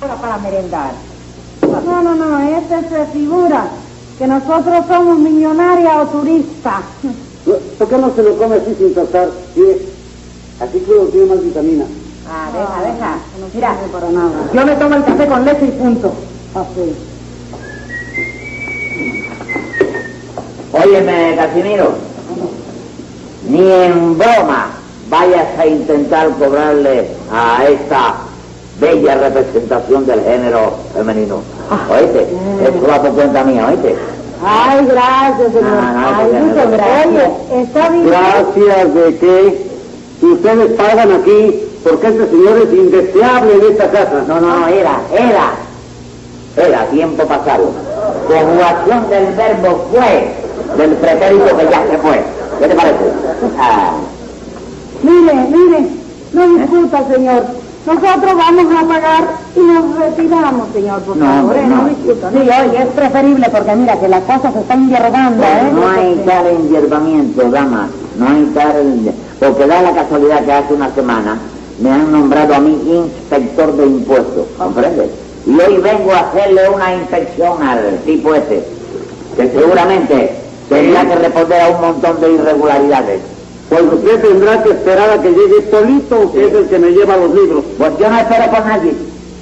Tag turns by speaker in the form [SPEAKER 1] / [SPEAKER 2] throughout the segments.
[SPEAKER 1] Ahora para merendar.
[SPEAKER 2] No, no, no, este se figura que nosotros somos millonarias o turistas.
[SPEAKER 3] ¿Por qué no se lo come así sin tostar? Mire, así creo que tiene más vitamina.
[SPEAKER 1] Ah, deja, deja. Mira,
[SPEAKER 2] Para nada.
[SPEAKER 1] yo me tomo el café con leche y punto.
[SPEAKER 2] Así.
[SPEAKER 4] Óyeme, Casimiro, ni en broma vayas a intentar cobrarle a esta bella representación del género femenino. ¿Oíste? Esto va por cuenta mía, ¿oíste?
[SPEAKER 2] Ay, gracias, señor.
[SPEAKER 4] Ah, no,
[SPEAKER 2] Ay,
[SPEAKER 4] que
[SPEAKER 2] muchas
[SPEAKER 4] no.
[SPEAKER 2] gracias. Oye, está bien.
[SPEAKER 3] Gracias de qué. Si ustedes pagan aquí, porque este señor es indeseable en esta casa.
[SPEAKER 4] No, no, no, era, era, era tiempo pasado. Conjugación del verbo fue, del pretérito que ya se fue. ¿Qué te parece? Ah,
[SPEAKER 2] Mire, mire, no discuta, señor. Nosotros vamos a pagar y nos retiramos, señor, por
[SPEAKER 4] No,
[SPEAKER 2] favor,
[SPEAKER 4] hombre,
[SPEAKER 2] eh, no,
[SPEAKER 4] no.
[SPEAKER 2] discuta.
[SPEAKER 1] Sí, oye, es preferible porque mira que la cosa se está endierdando, ¿eh?
[SPEAKER 4] No hay tal enyerbamiento, dama. No hay tal... enyer- Porque da la casualidad que hace una semana me han nombrado a mí inspector de impuestos, ¿comprendes? Y hoy vengo a hacerle una inspección al tipo ese, que seguramente tendrá que responder a un montón de irregularidades.
[SPEAKER 3] Pues usted tendrá que esperar a que llegue Polito, que es el que me lleva los libros.
[SPEAKER 4] Pues yo no espero por nadie,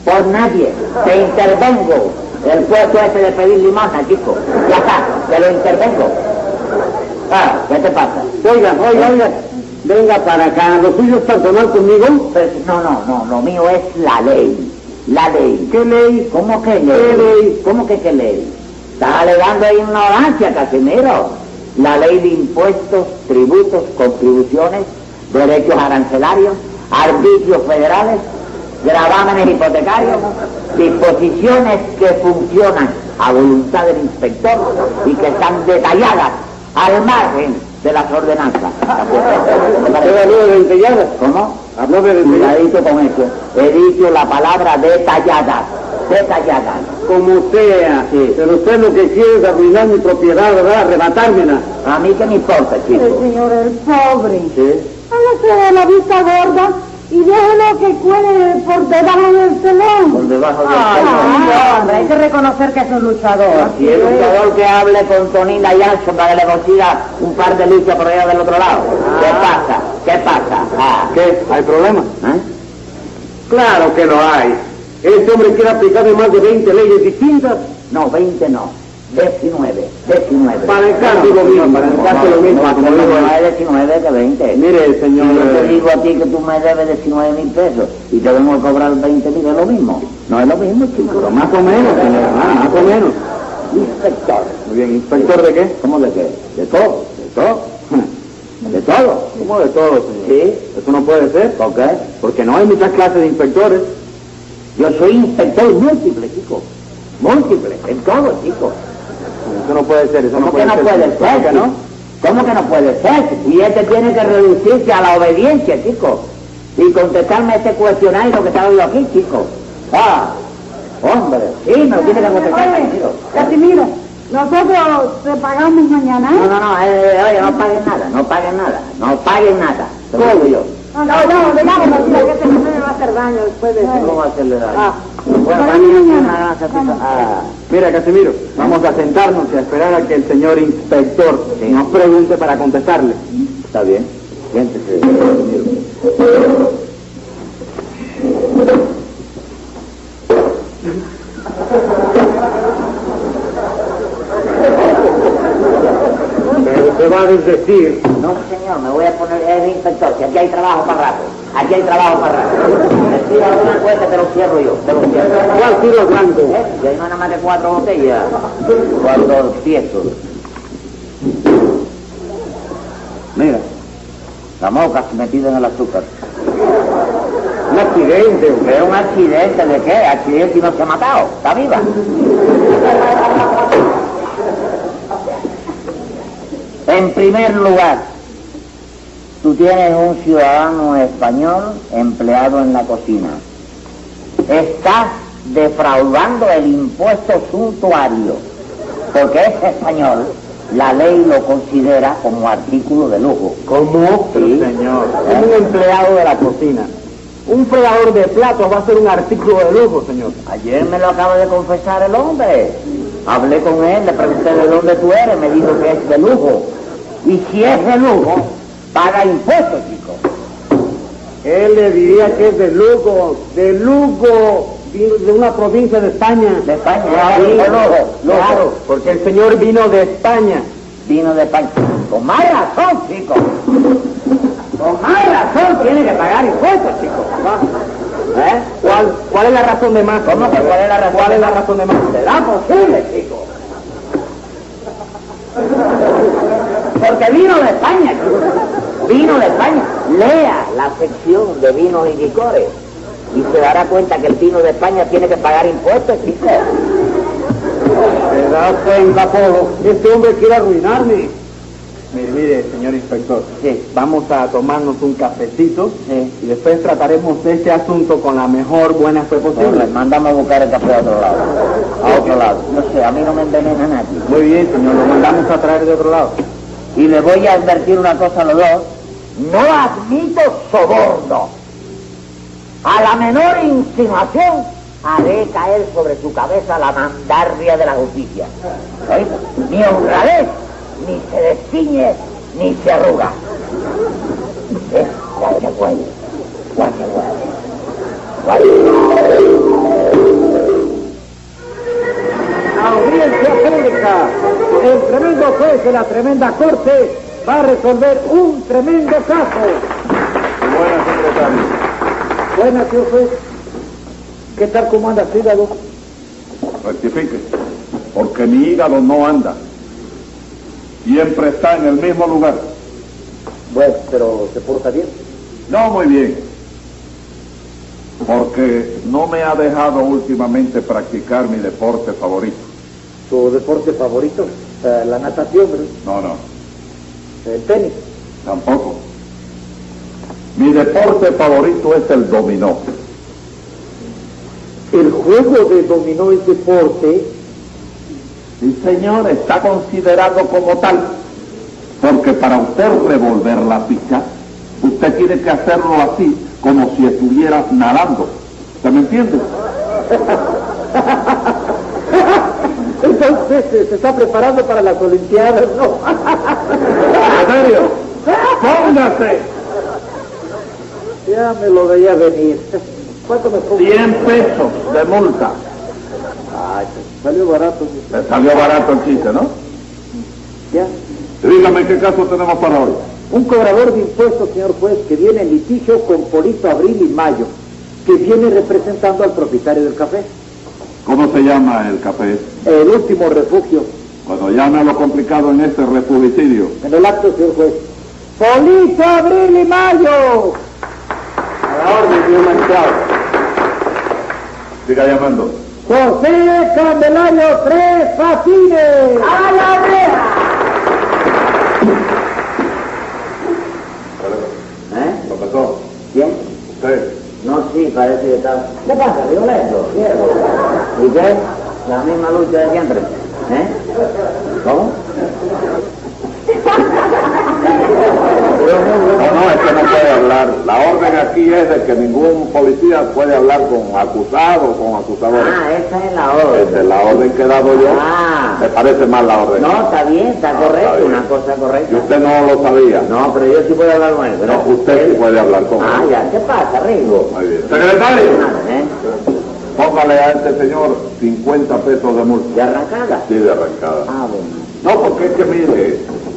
[SPEAKER 4] por nadie. Te intervengo. El puesto ese de pedir limosna, chico. Ya está, te lo intervengo. Ah, ¿qué te pasa?
[SPEAKER 3] Oiga, oiga, oiga. Venga para acá, ¿lo suyo es personal conmigo?
[SPEAKER 4] Pero, Pues, no, no, no, lo mío es la ley. La ley.
[SPEAKER 3] ¿Qué ley?
[SPEAKER 4] ¿Cómo que ley?
[SPEAKER 3] ¿Qué ley?
[SPEAKER 4] ¿Cómo que qué ley? Estás alegando ignorancia, Casimiro. La ley de impuestos, tributos, contribuciones, derechos arancelarios, arbitrios federales, gravámenes hipotecarios, disposiciones que funcionan a voluntad del inspector y que están detalladas al margen de las ordenanzas.
[SPEAKER 3] Usted habló de dentelladas.
[SPEAKER 4] ¿Cómo?
[SPEAKER 3] Habló de dentelladas.
[SPEAKER 4] Cuidadito con eso. He dicho la palabra detallada. Detallada.
[SPEAKER 3] Como sea.
[SPEAKER 4] Sí.
[SPEAKER 3] Pero usted lo que quiere es arruinar mi propiedad, ¿verdad? Arrebatármela.
[SPEAKER 4] A mí que me importa,
[SPEAKER 2] Mire,
[SPEAKER 4] chico.
[SPEAKER 2] señor, el pobre.
[SPEAKER 3] Sí.
[SPEAKER 2] Hágase de la vista gorda y déjelo que cuele por debajo del
[SPEAKER 4] Por
[SPEAKER 2] telón.
[SPEAKER 4] debajo del
[SPEAKER 1] Ay,
[SPEAKER 4] pelo.
[SPEAKER 1] no, hombre, hay que reconocer que es un luchador.
[SPEAKER 4] Si es un favor que hable con Tonina Yacho para que le consiga un par de luchas por allá del otro lado. ¿Qué
[SPEAKER 3] Ah.
[SPEAKER 4] pasa? ¿Qué pasa? Ah,
[SPEAKER 3] ¿Qué? ¿Hay problema?
[SPEAKER 4] ¿eh?
[SPEAKER 3] Claro que lo hay. Este hombre quiere aplicarme más de 20 leyes distintas.
[SPEAKER 4] No, 20 no. 19. 19.
[SPEAKER 3] Para el caso lo mismo, para el caso lo mismo,
[SPEAKER 4] No,
[SPEAKER 3] como
[SPEAKER 4] no,
[SPEAKER 3] digo.
[SPEAKER 4] no, no es 19 que 20.
[SPEAKER 3] Eh, Mire, señor.
[SPEAKER 4] Yo te
[SPEAKER 3] eh,
[SPEAKER 4] digo a ti que tú me debes 19 mil pesos y te vengo a cobrar 20 mil, es lo mismo. No es lo mismo, chico.
[SPEAKER 3] pero más o menos, señor. ah, más o menos.
[SPEAKER 4] Inspector.
[SPEAKER 3] Muy bien, ¿inspector de qué?
[SPEAKER 4] ¿Cómo de qué?
[SPEAKER 3] De todo, de todo.
[SPEAKER 4] ¿De todo?
[SPEAKER 3] ¿Cómo de todo, señor?
[SPEAKER 4] Sí.
[SPEAKER 3] Eso no puede ser,
[SPEAKER 4] ¿Por qué?
[SPEAKER 3] porque no hay muchas clases de inspectores.
[SPEAKER 4] Yo soy inspector múltiple, chico. Múltiple, en todo, chico.
[SPEAKER 3] Eso no puede ser, eso no
[SPEAKER 4] ¿Cómo
[SPEAKER 3] puede
[SPEAKER 4] que no
[SPEAKER 3] ser.
[SPEAKER 4] puede
[SPEAKER 3] ¿Por
[SPEAKER 4] ser?
[SPEAKER 3] qué no?
[SPEAKER 4] chico? ¿Cómo que no puede ser? Y este tiene que reducirse a la obediencia, chico. Y contestarme este cuestionario que te ha oído aquí, chico. Ah, hombre, sí, me lo tiene que contestar,
[SPEAKER 2] Oye,
[SPEAKER 4] chico.
[SPEAKER 2] Casimiro, nosotros te pagamos mañana,
[SPEAKER 4] No,
[SPEAKER 2] ¿eh?
[SPEAKER 4] no, no, eh, eh, oye, no paguen nada, no paguen nada, no paguen nada. Te lo digo yo.
[SPEAKER 2] No, no, no, digámoslo, así, que este hombre me va a hacer daño después de
[SPEAKER 4] ¿Cómo va a hacerle daño?
[SPEAKER 2] Ah.
[SPEAKER 4] Bueno,
[SPEAKER 2] Para
[SPEAKER 4] también
[SPEAKER 2] mí
[SPEAKER 4] es una
[SPEAKER 2] mañana.
[SPEAKER 4] gran satisfa- Ah,
[SPEAKER 3] Mira, Casimiro, vamos a sentarnos y a esperar a que el señor inspector nos pregunte para contestarle.
[SPEAKER 4] está bien. Siéntese.
[SPEAKER 3] Pero se va a desdecir.
[SPEAKER 4] No, señor, me voy a poner el inspector, que aquí hay trabajo para rato. Aquí hay trabajo para rato. Me tiro alguna cuenta, te lo cierro yo, te lo cierro.
[SPEAKER 3] ¿Cuál tiro grande?
[SPEAKER 4] ¿Eh? Y ahí no hay nada más que cuatro botellas. Cuatro piezos.
[SPEAKER 3] Mira,
[SPEAKER 4] La moca metida en el azúcar.
[SPEAKER 3] un accidente,
[SPEAKER 4] ¿Es un accidente de qué? ¿Accidente y no se ha matado? ¿Está viva? En primer lugar, tú tienes un ciudadano español empleado en la cocina. Estás defraudando el impuesto suntuario, porque es español. La ley lo considera como artículo de lujo.
[SPEAKER 3] ¿Cómo?
[SPEAKER 4] Sí. ¿Eh?
[SPEAKER 3] señor.
[SPEAKER 4] Es un
[SPEAKER 3] empleado de la cocina.
[SPEAKER 5] Un fregador de platos va a ser un artículo de lujo, señor.
[SPEAKER 4] Ayer me lo acaba de confesar el hombre. Hablé con él, le pregunté de dónde tú eres, me dijo que es de lujo. Y si es de lujo, paga impuestos, chico.
[SPEAKER 3] Él le diría que es de Lugo, de Lugo, vino de una provincia de España.
[SPEAKER 4] De España,
[SPEAKER 3] Claro,
[SPEAKER 4] sí, de
[SPEAKER 3] claro,
[SPEAKER 4] lujo, lujo.
[SPEAKER 5] Claro, porque el señor vino de España.
[SPEAKER 4] Vino de España. Con más razón, chico. Con más razón tiene que pagar impuestos, chico. ¿Eh?
[SPEAKER 5] ¿Cuál, cuál es la razón de más?
[SPEAKER 4] ¿Cómo que cuál es la razón?
[SPEAKER 5] ¿Cuál es la razón de más?
[SPEAKER 4] ¿Será posible, chico? Porque vino de España, chico. Vino de España. Lea la sección de vinos y licores y se dará cuenta que el vino de España tiene que pagar impuestos, chico.
[SPEAKER 3] ¿Te das cuenta, Polo? Este hombre quiere arruinarme.
[SPEAKER 5] Mire, mire, señor inspector.
[SPEAKER 4] Sí.
[SPEAKER 5] Vamos a tomarnos un cafecito
[SPEAKER 4] Sí.
[SPEAKER 5] y después trataremos este asunto con la mejor buena fe posible.
[SPEAKER 4] les mandamos a buscar el café a otro lado. A otro lado. No sé, a mí no me envenena nadie.
[SPEAKER 5] Muy bien, señor, lo mandamos a traer de otro lado.
[SPEAKER 4] Y le voy a advertir una cosa a los dos. No admito soborno. A la menor insinuación haré caer sobre su cabeza la mandarria de la justicia. ¿Oíste? Ni honradez, ni se desciñe, ni se arruga. ¿Eh? Guache, guache. Guache, guache.
[SPEAKER 3] Audiencia pública. El tremendo juez de la tremenda corte va a resolver un tremendo caso.
[SPEAKER 5] Buenas, secretario.
[SPEAKER 3] Buenas, señor juez. ¿Qué tal, cómo anda, hígado?
[SPEAKER 6] Rectifique, porque mi hígado no anda. Siempre está en el mismo lugar.
[SPEAKER 3] Bueno, pero se porta bien.
[SPEAKER 6] No muy bien, porque no me ha dejado últimamente practicar mi deporte favorito.
[SPEAKER 3] ¿Su deporte favorito? Eh, la natación, ¿verdad?
[SPEAKER 6] No, no,
[SPEAKER 3] el tenis.
[SPEAKER 6] tampoco. Mi deporte favorito es el dominó.
[SPEAKER 3] El juego de dominó es deporte.
[SPEAKER 6] Sí, señor, está considerado como tal, porque para usted revolver la ficha, usted tiene que hacerlo así, como si estuviera nadando. ¿Se me entiende?
[SPEAKER 3] Entonces se, se está preparando para las Olimpiadas, ¿no?
[SPEAKER 6] ¿En serio? Póngase
[SPEAKER 3] ya me lo veía venir. ¿Cuánto me cobra?
[SPEAKER 6] 100 pesos de multa.
[SPEAKER 3] Ay, salió barato. mi-
[SPEAKER 6] Le salió barato el chiste, ¿no?
[SPEAKER 3] Ya.
[SPEAKER 6] Dígame qué caso tenemos para hoy.
[SPEAKER 3] Un cobrador de impuestos, señor juez, que viene en litigio con Polito Abril y Mayo, que viene representando al propietario del café.
[SPEAKER 6] ¿Cómo se llama el café?
[SPEAKER 3] El último refugio.
[SPEAKER 6] Cuando llame a lo complicado en este refugicidio.
[SPEAKER 3] En el acto, señor juez. ¡Polito Abril y Mayo!
[SPEAKER 6] Siga llamando.
[SPEAKER 3] José Candelario Tres Patines.
[SPEAKER 2] ¡A la reja!
[SPEAKER 4] ¿Eh?
[SPEAKER 6] ¿Lo pasó?
[SPEAKER 4] ¿Bien?
[SPEAKER 6] Usted.
[SPEAKER 4] No, sí, parece que está... ¿Qué pasa, violento? ciego? ¿Y qué? La misma lucha de siempre. ¿Eh? ¿Cómo?
[SPEAKER 6] No, no, es que no puede hablar. La orden aquí es de que ningún policía puede hablar con acusado o con acusadores.
[SPEAKER 4] Ah, esa es la
[SPEAKER 6] Esa es
[SPEAKER 4] orden.
[SPEAKER 6] la orden que he dado yo.
[SPEAKER 4] Ah.
[SPEAKER 6] Me parece mal la orden.
[SPEAKER 4] No, está bien, está
[SPEAKER 6] Ah,
[SPEAKER 4] correcto,
[SPEAKER 6] está bien.
[SPEAKER 4] una cosa
[SPEAKER 6] Y
[SPEAKER 4] correcta.
[SPEAKER 6] usted no lo sabía.
[SPEAKER 4] No, pero yo sí puedo hablar con él.
[SPEAKER 6] No,
[SPEAKER 4] ¿verdad?
[SPEAKER 6] usted sí puede hablar con
[SPEAKER 4] Ah,
[SPEAKER 6] él.
[SPEAKER 4] ya, ¿qué pasa, Ringo?
[SPEAKER 6] Muy bien. Secretario,
[SPEAKER 4] Nada, ¿eh?
[SPEAKER 6] póngale a este señor 50 pesos de multa.
[SPEAKER 4] ¿De arrancada?
[SPEAKER 6] Sí, de arrancada.
[SPEAKER 4] Ah, bueno.
[SPEAKER 6] No, porque es que mire,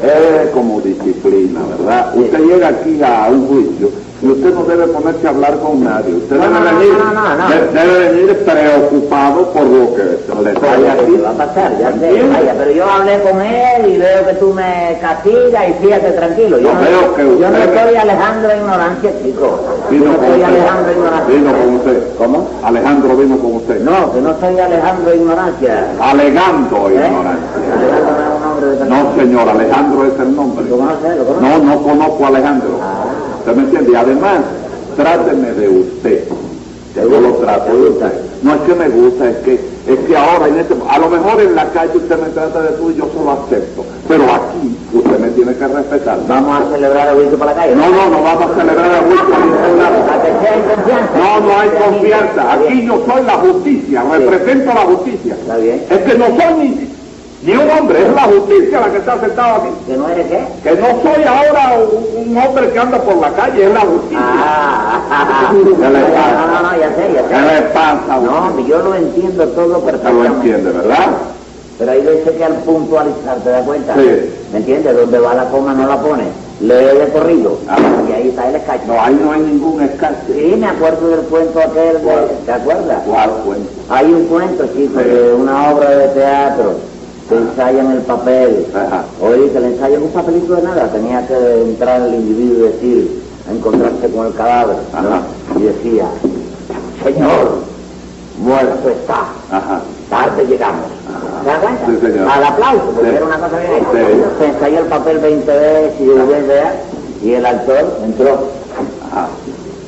[SPEAKER 6] es como disciplina, ¿verdad? Usted llega aquí a un juicio y usted no debe ponerse a hablar con nadie. Usted
[SPEAKER 4] No,
[SPEAKER 6] debe,
[SPEAKER 4] no, no,
[SPEAKER 6] venir,
[SPEAKER 4] no, no, no.
[SPEAKER 6] de- debe venir preocupado por lo que se le trae
[SPEAKER 4] Vaya, ¿qué
[SPEAKER 6] aquí.
[SPEAKER 4] va a pasar? Ya sé.
[SPEAKER 6] ¿Entiendes?
[SPEAKER 4] Vaya, pero yo hablé con él y veo que tú me castigas y fíjate tranquilo. Yo
[SPEAKER 6] No veo que usted
[SPEAKER 4] yo no
[SPEAKER 6] me-
[SPEAKER 4] estoy alejando de ignorancia, chico. Yo
[SPEAKER 6] Vino
[SPEAKER 4] no
[SPEAKER 6] con
[SPEAKER 4] estoy
[SPEAKER 6] usted.
[SPEAKER 4] alejando de ignorancia.
[SPEAKER 6] Vino con usted.
[SPEAKER 4] ¿Cómo?
[SPEAKER 6] Alejandro vino con usted.
[SPEAKER 4] No, que no estoy alejando de ignorancia.
[SPEAKER 6] Alegando
[SPEAKER 4] ¿eh?
[SPEAKER 6] ignorancia.
[SPEAKER 4] Alejandro no es un hombre de
[SPEAKER 6] No, señor, Alejandro es el nombre.
[SPEAKER 4] ¿Lo conoces? ¿Lo conoces?
[SPEAKER 6] No, no conozco a Alejandro. ¿Usted me entiende? Y además, tráteme de usted. Ya yo lo trato de usted. No es que me gusta, es que, es que ahora, en este, a lo mejor en la calle usted me trata de tú y yo solo acepto. Pero aquí usted me tiene que respetar.
[SPEAKER 4] Vamos a celebrar el juicio para la calle.
[SPEAKER 6] No, no, no vamos a celebrar a gusto ni nada.
[SPEAKER 4] A que sea confianza.
[SPEAKER 6] No, no hay
[SPEAKER 4] Está bien,
[SPEAKER 6] confianza.
[SPEAKER 4] está
[SPEAKER 6] Aquí
[SPEAKER 4] bien.
[SPEAKER 6] yo soy la justicia, represento a la justicia.
[SPEAKER 4] Está bien.
[SPEAKER 6] Es que no soy ni, ni un hombre, es la justicia la que está sentada aquí.
[SPEAKER 4] ¿Que no eres qué?
[SPEAKER 6] Que no soy ahora un, un hombre que anda por la calle, es la justicia.
[SPEAKER 4] Ah,
[SPEAKER 6] Ya le pasa.
[SPEAKER 4] no, no, no, ya sé, ya sé.
[SPEAKER 6] ¿Qué le pasa? a
[SPEAKER 4] No,
[SPEAKER 6] usted?
[SPEAKER 4] yo lo entiendo todo
[SPEAKER 6] Usted lo
[SPEAKER 4] perfectamente.
[SPEAKER 6] entiende, ¿verdad?
[SPEAKER 4] Pero ahí dice que al puntualizar, ¿te das cuenta?
[SPEAKER 6] Sí.
[SPEAKER 4] ¿Me entiendes? Donde va la coma no la pone. Lee de corrido.
[SPEAKER 6] Ah.
[SPEAKER 4] Y ahí está el escacho.
[SPEAKER 6] No, ahí no hay ningún escache.
[SPEAKER 4] Sí, me acuerdo del cuento aquel, de-
[SPEAKER 6] ¿Cuál?
[SPEAKER 4] ¿te acuerdas?
[SPEAKER 6] ¿Cuál cuento?
[SPEAKER 4] Hay un cuento, chico,
[SPEAKER 6] Sí.
[SPEAKER 4] de una obra de teatro que ensayan el papel.
[SPEAKER 6] Ajá.
[SPEAKER 4] Oí que el ensayo es un papelito de nada, tenía que entrar el individuo y decir, a encontrarse con el cadáver, ¿no?
[SPEAKER 6] Ajá.
[SPEAKER 4] Y decía, señor, muerto está,
[SPEAKER 6] Ajá.
[SPEAKER 4] tarde llegamos.
[SPEAKER 6] Ajá.
[SPEAKER 4] ¿Te das cuenta?
[SPEAKER 6] Sí, señor.
[SPEAKER 4] Al aplauso, porque
[SPEAKER 6] Sí.
[SPEAKER 4] era una cosa bien hecha.
[SPEAKER 6] Sí.
[SPEAKER 4] Se ensayó el papel 20 veces y 10 veces, y el actor entró.
[SPEAKER 6] Ajá.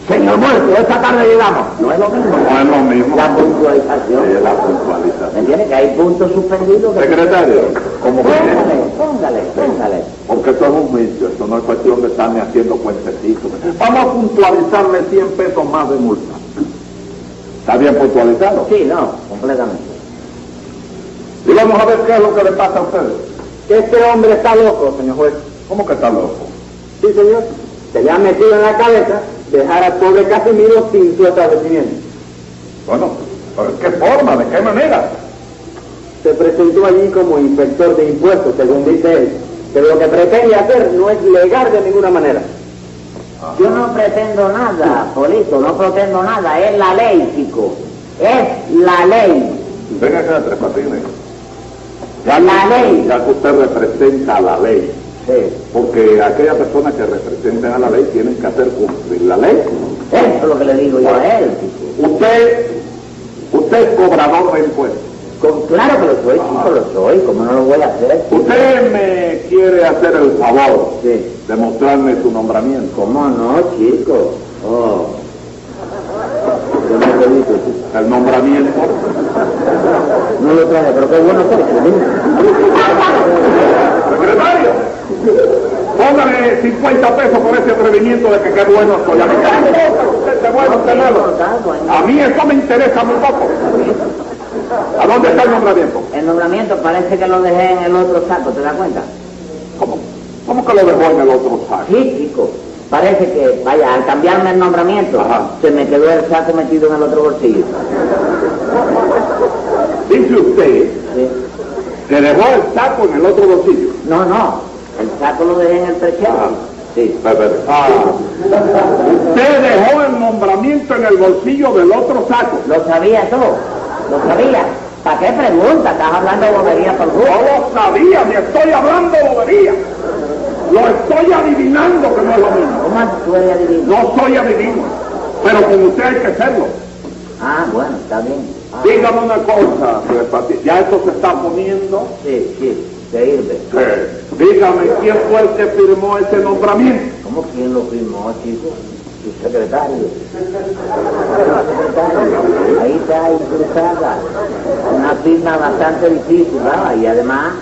[SPEAKER 4] Señor muerto, esta tarde llegamos. No es lo mismo.
[SPEAKER 6] No es lo mismo.
[SPEAKER 4] La puntualización.
[SPEAKER 6] Es la puntualización.
[SPEAKER 4] ¿Me entiendes? Que hay puntos suspendidos. Que...
[SPEAKER 6] Secretario, como que
[SPEAKER 4] Póngale, póngale, póngale.
[SPEAKER 6] porque esto es un vicio, esto no es cuestión de estarme haciendo cuentecitos. Vamos a puntualizarle 100 pesos más de multa. ¿Está bien puntualizado?
[SPEAKER 4] Sí, no, completamente.
[SPEAKER 6] Y vamos a ver qué es lo que le pasa a ustedes.
[SPEAKER 5] Este hombre está loco, señor juez.
[SPEAKER 6] ¿Cómo que está loco?
[SPEAKER 5] Sí, señor. Se le ha metido en la cabeza dejar al pobre Casimiro sin su establecimiento.
[SPEAKER 6] Bueno, pero ¿en qué forma? ¿De qué manera?
[SPEAKER 5] Se presentó allí como inspector de impuestos, según dice él. Pero lo que pretende hacer no es legal de ninguna manera.
[SPEAKER 4] Yo no pretendo nada, Polito, no pretendo nada. Es la ley, chico. Es la ley.
[SPEAKER 6] Venga acá, Tres Patines.
[SPEAKER 4] La ley.
[SPEAKER 6] Ya que usted representa a la ley,
[SPEAKER 4] Sí.
[SPEAKER 6] porque aquellas personas que representan a la ley tienen que hacer cumplir la ley.
[SPEAKER 4] Eso es lo que le digo yo a él, chico.
[SPEAKER 6] Usted, usted es cobrador de impuestos.
[SPEAKER 4] Con- claro que lo soy, chico, lo soy. ¿Cómo no lo voy a hacer?
[SPEAKER 6] Usted me quiere hacer el favor
[SPEAKER 4] Sí.
[SPEAKER 6] de mostrarme su nombramiento.
[SPEAKER 4] ¿Cómo no, chico? Oh. Yo no lo he visto, chico.
[SPEAKER 6] El nombramiento.
[SPEAKER 4] No lo traje, pero qué bueno que es,
[SPEAKER 6] Secretario, póngale 50 pesos por ese atrevimiento de que qué bueno soy. A mí qué me importa que usted sea bueno, usted malo. A mí eso me interesa muy poco. ¿A dónde está el nombramiento?
[SPEAKER 4] El nombramiento parece que lo dejé en el otro saco, ¿te das cuenta?
[SPEAKER 6] ¿Cómo, cómo que lo dejó en el otro saco?
[SPEAKER 4] Sí, chico. Parece que, vaya, al cambiarme el nombramiento,
[SPEAKER 6] Ajá.
[SPEAKER 4] se me quedó el saco metido en el otro bolsillo.
[SPEAKER 6] Dice usted
[SPEAKER 4] Sí.
[SPEAKER 6] que dejó el saco en el otro bolsillo.
[SPEAKER 4] No, no, el saco lo dejé en el perchero.
[SPEAKER 6] Ajá.
[SPEAKER 4] Sí.
[SPEAKER 6] Ah. Usted dejó el nombramiento en el bolsillo del otro saco.
[SPEAKER 4] Lo sabía todo, lo sabía. ¿Para qué pregunta? Estás hablando de bobería por
[SPEAKER 6] No
[SPEAKER 4] gusto.
[SPEAKER 6] lo sabía, ni estoy hablando bobería. Lo estoy adivinando que no es lo mismo.
[SPEAKER 4] ¿Cómo haces tú eres adivino?
[SPEAKER 6] No soy adivino, pero con usted hay que serlo.
[SPEAKER 4] Ah, bueno, está bien. Ah,
[SPEAKER 6] Dígame una cosa, Tres Patines, ya esto se está poniendo.
[SPEAKER 4] sí, sí, se sirve.
[SPEAKER 6] Dígame, ¿quién fue el que firmó ese nombramiento?
[SPEAKER 4] ¿Cómo quién lo firmó, chico? Tu secretario. secretario. Ahí está incrustada. Una firma bastante difícil, ¿verdad? Y además,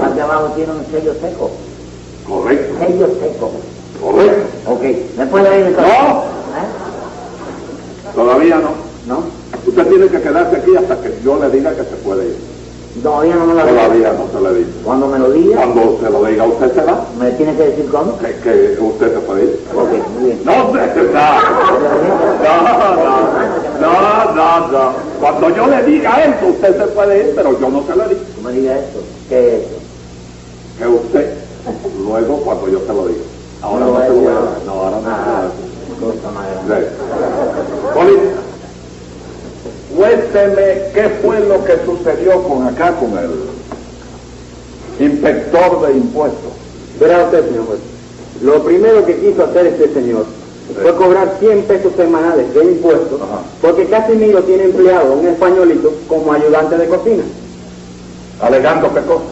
[SPEAKER 4] más de abajo tiene un sello seco.
[SPEAKER 6] Correcto,
[SPEAKER 4] Sello seco.
[SPEAKER 6] correcto.
[SPEAKER 4] Ok. ¿Me puede ir entonces?
[SPEAKER 6] No.
[SPEAKER 4] ¿Eh?
[SPEAKER 6] Todavía no.
[SPEAKER 4] ¿No?
[SPEAKER 6] Usted tiene que quedarse aquí hasta que yo le diga que se puede ir.
[SPEAKER 4] Todavía no me lo diga.
[SPEAKER 6] Todavía no se le dice.
[SPEAKER 4] Cuando me lo diga,
[SPEAKER 6] Cuando se lo diga usted se va,
[SPEAKER 4] me tiene que decir cómo.
[SPEAKER 6] que, que usted se puede ir.
[SPEAKER 4] Ok, muy bien.
[SPEAKER 6] No, se- no, no, no, no, no. Cuando yo le diga eso, usted se puede ir, pero yo no se lo digo.
[SPEAKER 4] No me diga eso. ¿Qué es eso?
[SPEAKER 6] Que usted, luego cuando yo se lo diga. Ahora no, se lo voy a dar. No, ahora
[SPEAKER 4] Ah,
[SPEAKER 6] no.
[SPEAKER 4] cosa más grande.
[SPEAKER 6] se lo voy a dar. Sí. Polito, cuénteme qué fue lo que sucedió con acá, con el inspector de impuestos.
[SPEAKER 5] Verá usted, señor juez. Lo primero que quiso hacer este señor fue cobrar 100 pesos semanales de impuestos
[SPEAKER 6] Ajá.
[SPEAKER 5] porque Casimiro tiene empleado a un españolito como ayudante de cocina,
[SPEAKER 6] Alegando qué cosa.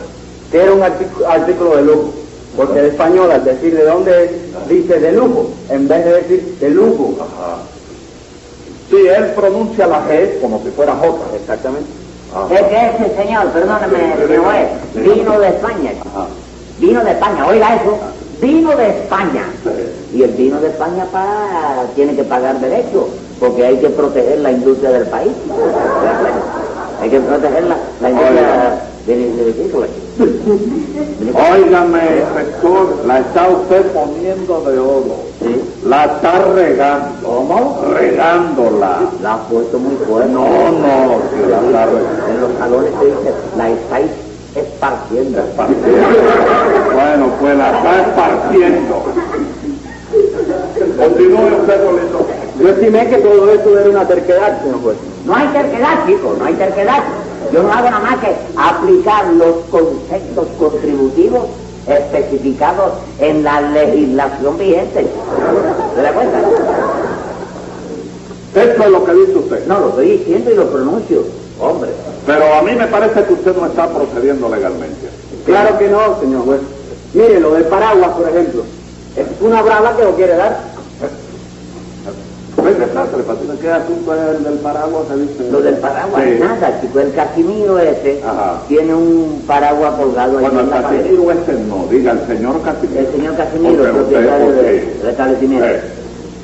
[SPEAKER 5] que era un artic- artículo de lujo. Porque el español, al decir de dónde es, dice de lujo, en vez de decir de lujo.
[SPEAKER 6] Sí, él pronuncia la G como si fuera J.
[SPEAKER 5] Exactamente.
[SPEAKER 6] Ah,
[SPEAKER 4] Es que ese señor, perdóneme,
[SPEAKER 6] Sí, sí,
[SPEAKER 4] señor juez,
[SPEAKER 6] sí.
[SPEAKER 4] vino de España.
[SPEAKER 6] Ajá.
[SPEAKER 4] Vino de España, oiga eso, vino de España.
[SPEAKER 6] Sí.
[SPEAKER 4] Y el vino de España pa- tiene que pagar derecho. porque hay que proteger la industria del país. hay que proteger la, la industria
[SPEAKER 6] Oiga.
[SPEAKER 4] del del viticola.
[SPEAKER 6] Óigame, inspector, la está usted poniendo de oro.
[SPEAKER 4] Sí,
[SPEAKER 6] La está regando.
[SPEAKER 4] ¿Cómo?
[SPEAKER 6] Regándola.
[SPEAKER 4] La ha puesto muy fuerte.
[SPEAKER 6] No, no, sí, la está regando.
[SPEAKER 4] En los salones se dice, la estáis esparciendo.
[SPEAKER 6] Bueno, pues la está esparciendo. Continúe usted con esto.
[SPEAKER 5] Yo estimé que todo esto era una terquedad, señor juez.
[SPEAKER 4] No hay terquedad, chicos, no hay terquedad. Yo no hago nada más que aplicar los conceptos contributivos especificados en la legislación vigente. ¿Se da cuenta?
[SPEAKER 6] Esto es lo que dice usted.
[SPEAKER 4] No, lo estoy diciendo y lo pronuncio. Hombre,
[SPEAKER 6] Pero a mí me parece que usted no está procediendo legalmente.
[SPEAKER 5] Claro que no, señor juez. Mire, lo del paraguas, por ejemplo. Es una brava que lo quiere dar.
[SPEAKER 6] Venga, está, Tres Patines, ¿qué asunto es el del paraguas? se dice?
[SPEAKER 4] lo del paraguas,
[SPEAKER 6] Sí.
[SPEAKER 4] nada, chico. El Casimiro ese
[SPEAKER 6] Ajá.
[SPEAKER 4] tiene un paraguas colgado ahí
[SPEAKER 6] Bueno,
[SPEAKER 4] en
[SPEAKER 6] el
[SPEAKER 4] la pared.
[SPEAKER 6] Casimiro este no, diga el señor Casimiro.
[SPEAKER 4] El señor Casimiro,
[SPEAKER 6] Porque usted,
[SPEAKER 4] propietario
[SPEAKER 6] porque-
[SPEAKER 4] del establecimiento,
[SPEAKER 6] Sí.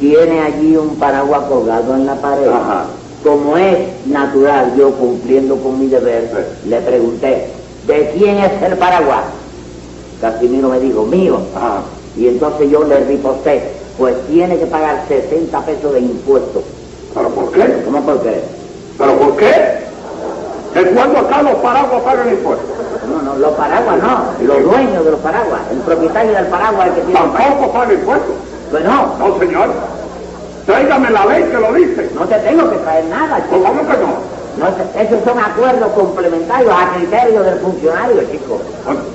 [SPEAKER 4] tiene allí un paraguas colgado en la pared.
[SPEAKER 6] Ajá.
[SPEAKER 4] Como es natural, yo cumpliendo con mi deber,
[SPEAKER 6] Sí.
[SPEAKER 4] le pregunté, ¿de quién es el paraguas? Casimiro me dijo, mío.
[SPEAKER 6] Ah,
[SPEAKER 4] Y entonces yo le riposté, pues tiene que pagar 60 pesos de impuestos.
[SPEAKER 6] ¿pero por qué?
[SPEAKER 4] ¿Cómo por qué?
[SPEAKER 6] ¿Pero por qué? ¿De cuándo acá los paraguas pagan impuestos?
[SPEAKER 4] No, no, los paraguas no, los dueños de los paraguas, el propietario del paraguas el que tiene el paraguas.
[SPEAKER 6] Tampoco pagan impuestos.
[SPEAKER 4] Pues no,
[SPEAKER 6] No, señor. Tráigame la ley que lo dice.
[SPEAKER 4] no te tengo que traer nada, chico.
[SPEAKER 6] Pues, ¿Cómo que no?
[SPEAKER 4] No, esos son acuerdos complementarios a criterio del funcionario, chico.
[SPEAKER 6] Bueno,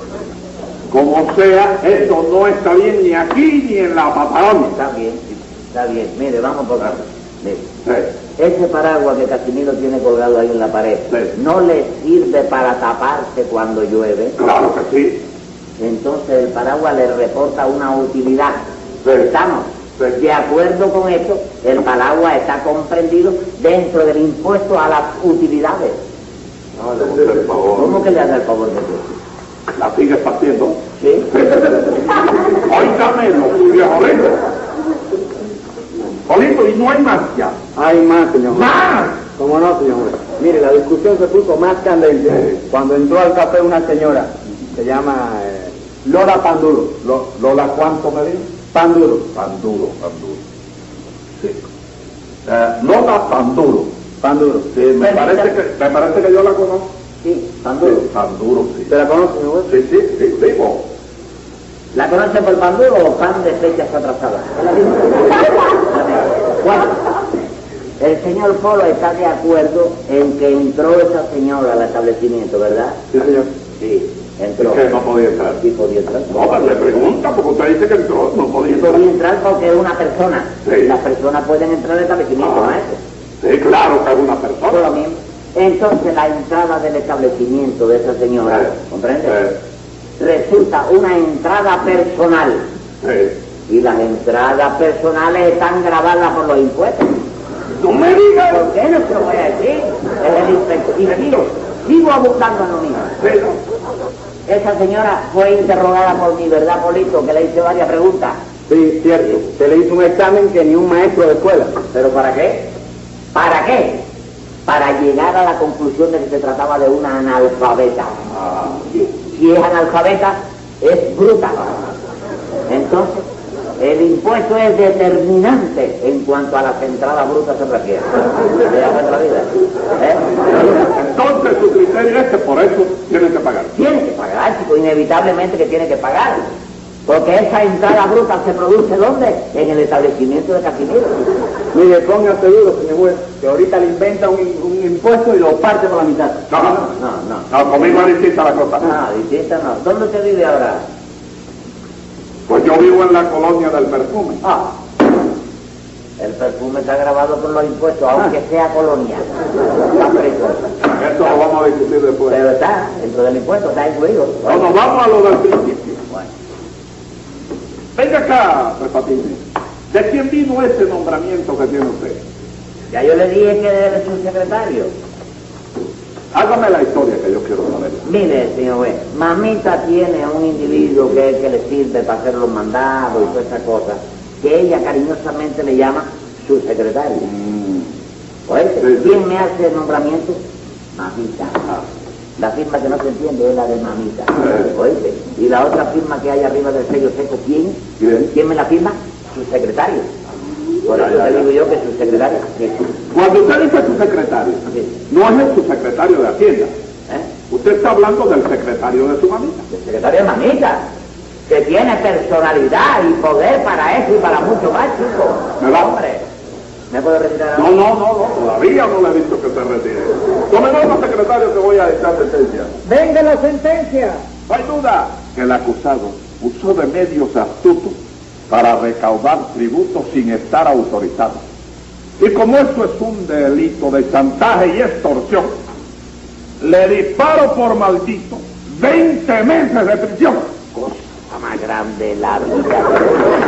[SPEAKER 6] como sea, esto no está bien ni aquí ni en la Patagonia.
[SPEAKER 4] Está bien, chico, está bien. Mire, vamos por acá. Mire,
[SPEAKER 6] Sí.
[SPEAKER 4] ese paraguas que Casimiro tiene colgado ahí en la pared,
[SPEAKER 6] Sí.
[SPEAKER 4] no le sirve para taparse cuando llueve.
[SPEAKER 6] Claro que sí.
[SPEAKER 4] Entonces el paraguas le reporta una utilidad.
[SPEAKER 6] Sí.
[SPEAKER 4] ¿Estamos?
[SPEAKER 6] Sí.
[SPEAKER 4] De acuerdo con eso, el paraguas está comprendido dentro del impuesto a las utilidades.
[SPEAKER 6] Por favor,
[SPEAKER 4] ¿Cómo que le haga el favor de eso?
[SPEAKER 6] la sigue partiendo.
[SPEAKER 4] ¿Sí?
[SPEAKER 6] Óigame, lo suyo es Olinda. Olinda, y no hay más ya.
[SPEAKER 5] Hay más, señor juez.
[SPEAKER 6] ¡Más!
[SPEAKER 5] ¿Cómo no, señor juez? Mire, la discusión se puso más candente cuando entró al café una señora, se llama eh, Lola Panduro.
[SPEAKER 6] Lo- Lola, ¿cuánto me dijo?
[SPEAKER 5] Panduro.
[SPEAKER 6] Tan duro, tan duro. Sí. Eh, Lola, tan duro.
[SPEAKER 5] Panduro.
[SPEAKER 6] Sí, me parece, que, me parece que yo la conozco.
[SPEAKER 4] Sí,
[SPEAKER 6] Tan
[SPEAKER 4] duro.
[SPEAKER 6] Tan duro, sí.
[SPEAKER 5] ¿Se la conoce, señor juez?
[SPEAKER 6] Sí, sí, sí, digo.
[SPEAKER 4] ¿La conocen por pan duro o pan de fechas atrasadas? Es la misma. Bueno, el señor Polo está de acuerdo en que entró esa señora al establecimiento, ¿verdad?
[SPEAKER 5] Sí, señor.
[SPEAKER 4] Sí, entró.
[SPEAKER 6] Que no podía entrar.
[SPEAKER 4] Sí, podía entrar.
[SPEAKER 6] No, pero le pregunta, porque usted dice que entró, no podía
[SPEAKER 4] Sí,
[SPEAKER 6] entrar.
[SPEAKER 4] podía entrar porque es una persona.
[SPEAKER 6] Sí.
[SPEAKER 4] Las personas pueden entrar al establecimiento,
[SPEAKER 6] Ah.
[SPEAKER 4] maestro.
[SPEAKER 6] Sí, claro que es una
[SPEAKER 4] Por lo
[SPEAKER 6] persona.
[SPEAKER 4] mismo. Entonces la entrada del establecimiento de esa señora,
[SPEAKER 6] Eh,
[SPEAKER 4] ¿comprende?
[SPEAKER 6] eh,
[SPEAKER 4] Resulta una entrada personal.
[SPEAKER 6] eh.
[SPEAKER 4] Y las entradas personales están grabadas por los impuestos.
[SPEAKER 6] No me digas,
[SPEAKER 4] ¿Por qué no se lo voy a decir? Es el inspector. Y sigo, sigo abusando en lo mismo.
[SPEAKER 6] pero
[SPEAKER 4] Esa señora fue interrogada por mi verdad polito, que le hice varias preguntas.
[SPEAKER 5] Sí, cierto. Se le hizo un examen que ni un maestro de escuela.
[SPEAKER 4] ¿Pero para qué? ¿Para qué? Para llegar a la conclusión de que se trataba de una analfabeta. Si es analfabeta, es bruta. Entonces, el impuesto es determinante en cuanto a las entradas brutas se refiere. ¿Te das cuenta, vida? ¿Eh?
[SPEAKER 6] entonces su criterio es que por eso tiene que pagar.
[SPEAKER 4] Tiene que pagar, chico, inevitablemente que tiene que pagar. Porque esa entrada bruta se produce ¿dónde? En el establecimiento de Casimiro.
[SPEAKER 5] Mire, póngase duro, señor juez, que ahorita le inventa un, un impuesto y lo parte por la mitad.
[SPEAKER 6] No, no,
[SPEAKER 4] No, no.
[SPEAKER 6] no, conmigo es distinta la cosa.
[SPEAKER 4] No, distinta no. ¿Dónde usted vive ahora?
[SPEAKER 6] Pues yo vivo en la colonia del perfume.
[SPEAKER 4] Ah. El perfume está grabado por los impuestos, aunque sea colonial. Está preso.
[SPEAKER 6] Eso lo vamos a discutir después.
[SPEAKER 4] Pero está dentro del impuesto, está incluido.
[SPEAKER 6] No, no, vamos a lo del principio.
[SPEAKER 4] Bueno.
[SPEAKER 6] Venga acá, Tres Patines. ¿De quién vino ese nombramiento que tiene usted?
[SPEAKER 4] Ya yo le dije que eres un secretario.
[SPEAKER 6] Hágame la historia que yo quiero saber.
[SPEAKER 4] Mire, señor juez, mamita tiene un individuo que es el que le sirve para hacer los mandados y todas esas cosas, que ella cariñosamente le llama su secretario.
[SPEAKER 6] Mm.
[SPEAKER 4] Oíste,
[SPEAKER 6] Sí, Ah. sí.
[SPEAKER 4] ¿Quién me hace el nombramiento? Mamita. La firma que no se entiende es la de mamita.
[SPEAKER 6] Sí.
[SPEAKER 4] Oíste. Y la otra firma que hay arriba del sello seco, ¿quién?
[SPEAKER 6] ¿Quién?
[SPEAKER 4] me la firma? Su secretario. Por
[SPEAKER 6] Ya,
[SPEAKER 4] eso
[SPEAKER 6] ya,
[SPEAKER 4] te
[SPEAKER 6] ya.
[SPEAKER 4] digo yo que su secretario. Sí.
[SPEAKER 6] Cuando usted dice su secretario,
[SPEAKER 4] Sí.
[SPEAKER 6] no es el subsecretario de Hacienda.
[SPEAKER 4] ¿Eh?
[SPEAKER 6] Usted está hablando del secretario de su mamita.
[SPEAKER 4] El secretario es mamita. Que tiene personalidad y poder para eso y para mucho más, chico.
[SPEAKER 6] ¿Me va?
[SPEAKER 4] Hombre. ¿Me puedo retirar
[SPEAKER 6] No, no, no, no, todavía no le he visto que se retire. Tome nota, secretario, que voy a dictar sentencia.
[SPEAKER 3] Venga la sentencia.
[SPEAKER 6] No hay duda que el acusado usó de medios astutos para recaudar tributos sin estar autorizado. Y como eso es un delito de chantaje y extorsión, le disparo por maldito 20 meses de prisión.
[SPEAKER 4] Cosa más grande la vida.